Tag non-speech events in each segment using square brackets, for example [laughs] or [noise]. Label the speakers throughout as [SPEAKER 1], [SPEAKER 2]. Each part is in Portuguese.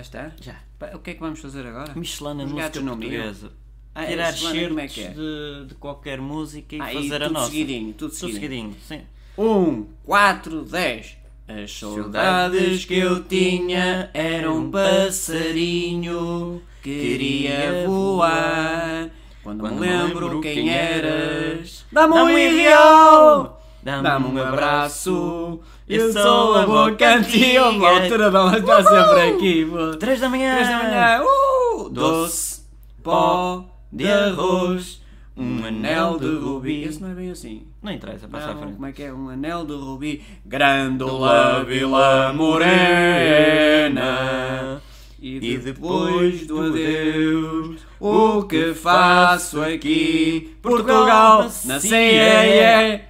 [SPEAKER 1] está?
[SPEAKER 2] Já.
[SPEAKER 1] Pá, O que é que vamos fazer agora?
[SPEAKER 2] Michelin na
[SPEAKER 1] Os
[SPEAKER 2] música
[SPEAKER 1] gatos não miam.
[SPEAKER 2] portuguesa.
[SPEAKER 1] Ah, é,
[SPEAKER 2] Tirar
[SPEAKER 1] Michelin,
[SPEAKER 2] excertos
[SPEAKER 1] como é que é?
[SPEAKER 2] de, de qualquer música e
[SPEAKER 1] Ah, e
[SPEAKER 2] fazer a
[SPEAKER 1] tudo
[SPEAKER 2] nossa.
[SPEAKER 1] seguidinho, Um. tudo
[SPEAKER 2] Tudo seguidinho, sim.
[SPEAKER 1] 1, 4, 10. As saudades que eu tinha era um passarinho, queria voar. Quando, me lembro quem eras, dá-me um ideal, dá-me um abraço. Eu sou a boa cantiga.
[SPEAKER 2] cantiga.
[SPEAKER 1] Uma altura da lá está sempre aqui. pô.
[SPEAKER 2] 3 da manhã!
[SPEAKER 1] 3 da manhã, uh!
[SPEAKER 2] Doce,
[SPEAKER 1] Doce, pó de arroz, um anel de rubi. Isso não é bem assim.
[SPEAKER 2] Não interessa, passa à
[SPEAKER 1] Não,
[SPEAKER 2] frente.
[SPEAKER 1] como é que é? Um anel de rubi. Grândola Vila Morena. E depois do adeus, o que faço aqui? Portugal, na CEE.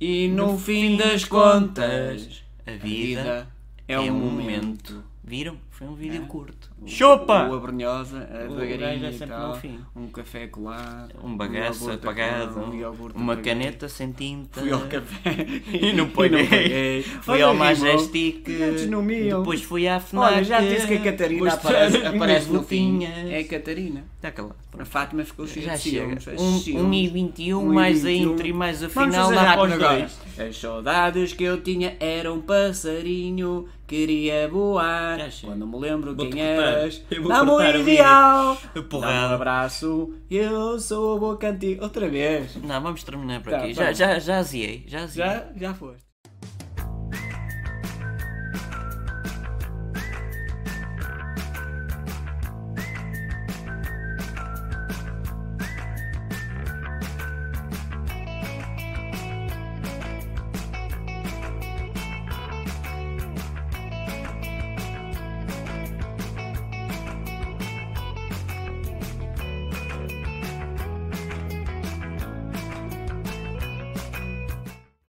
[SPEAKER 1] E no fim das contas,
[SPEAKER 2] A
[SPEAKER 1] a vida é um momento.
[SPEAKER 2] Viram? Foi um vídeo
[SPEAKER 1] É.
[SPEAKER 2] curto.
[SPEAKER 1] Ou a brunhosa, a
[SPEAKER 2] O gajo
[SPEAKER 1] devagarinho
[SPEAKER 2] é
[SPEAKER 1] e
[SPEAKER 2] sempre
[SPEAKER 1] tal,
[SPEAKER 2] no fim.
[SPEAKER 1] um café colado,
[SPEAKER 2] Um bagaço
[SPEAKER 1] iogurte
[SPEAKER 2] apagado,
[SPEAKER 1] colado, um iogurte
[SPEAKER 2] uma
[SPEAKER 1] apagado.
[SPEAKER 2] caneta sem tinta.
[SPEAKER 1] Fui ao [laughs] café
[SPEAKER 2] [laughs] E não paguei. Fui
[SPEAKER 1] Olha,
[SPEAKER 2] ao
[SPEAKER 1] rimou.
[SPEAKER 2] Majestic.
[SPEAKER 1] Antes não me iam.
[SPEAKER 2] Depois fui à FNAC.
[SPEAKER 1] Olha, já te disse que a Catarina
[SPEAKER 2] Gostei
[SPEAKER 1] aparece, [laughs]
[SPEAKER 2] das
[SPEAKER 1] aparece
[SPEAKER 2] minhas
[SPEAKER 1] no fim.
[SPEAKER 2] botinhas.
[SPEAKER 1] É a Catarina.
[SPEAKER 2] Está Tá calado.
[SPEAKER 1] A
[SPEAKER 2] Pronto.
[SPEAKER 1] Fátima ficou cheia
[SPEAKER 2] Já
[SPEAKER 1] de ciúmes.
[SPEAKER 2] chega.
[SPEAKER 1] é
[SPEAKER 2] 1 um,
[SPEAKER 1] ciúmes.
[SPEAKER 2] um e 21
[SPEAKER 1] Um e
[SPEAKER 2] mais a
[SPEAKER 1] 21.
[SPEAKER 2] intro e mais a
[SPEAKER 1] Vamos
[SPEAKER 2] final
[SPEAKER 1] fazer
[SPEAKER 2] dá
[SPEAKER 1] rápido
[SPEAKER 2] para os
[SPEAKER 1] agora.
[SPEAKER 2] dois.
[SPEAKER 1] As saudades que eu tinha era um passarinho, queria voar.
[SPEAKER 2] Já chega.
[SPEAKER 1] Quando me lembro
[SPEAKER 2] Vou-te
[SPEAKER 1] quem
[SPEAKER 2] cortar.
[SPEAKER 1] eras,
[SPEAKER 2] Eu vou
[SPEAKER 1] dá-me
[SPEAKER 2] cortar o
[SPEAKER 1] um ideal.
[SPEAKER 2] vídeo.
[SPEAKER 1] Dá-me
[SPEAKER 2] Porrada.
[SPEAKER 1] um abraço, eu sou a boa cantiga. Outra vez.
[SPEAKER 2] Não, vamos terminar por
[SPEAKER 1] Tá,
[SPEAKER 2] aqui.
[SPEAKER 1] tá
[SPEAKER 2] Já,
[SPEAKER 1] bom.
[SPEAKER 2] já, já aziei. Já aziei.
[SPEAKER 1] Já, já foste.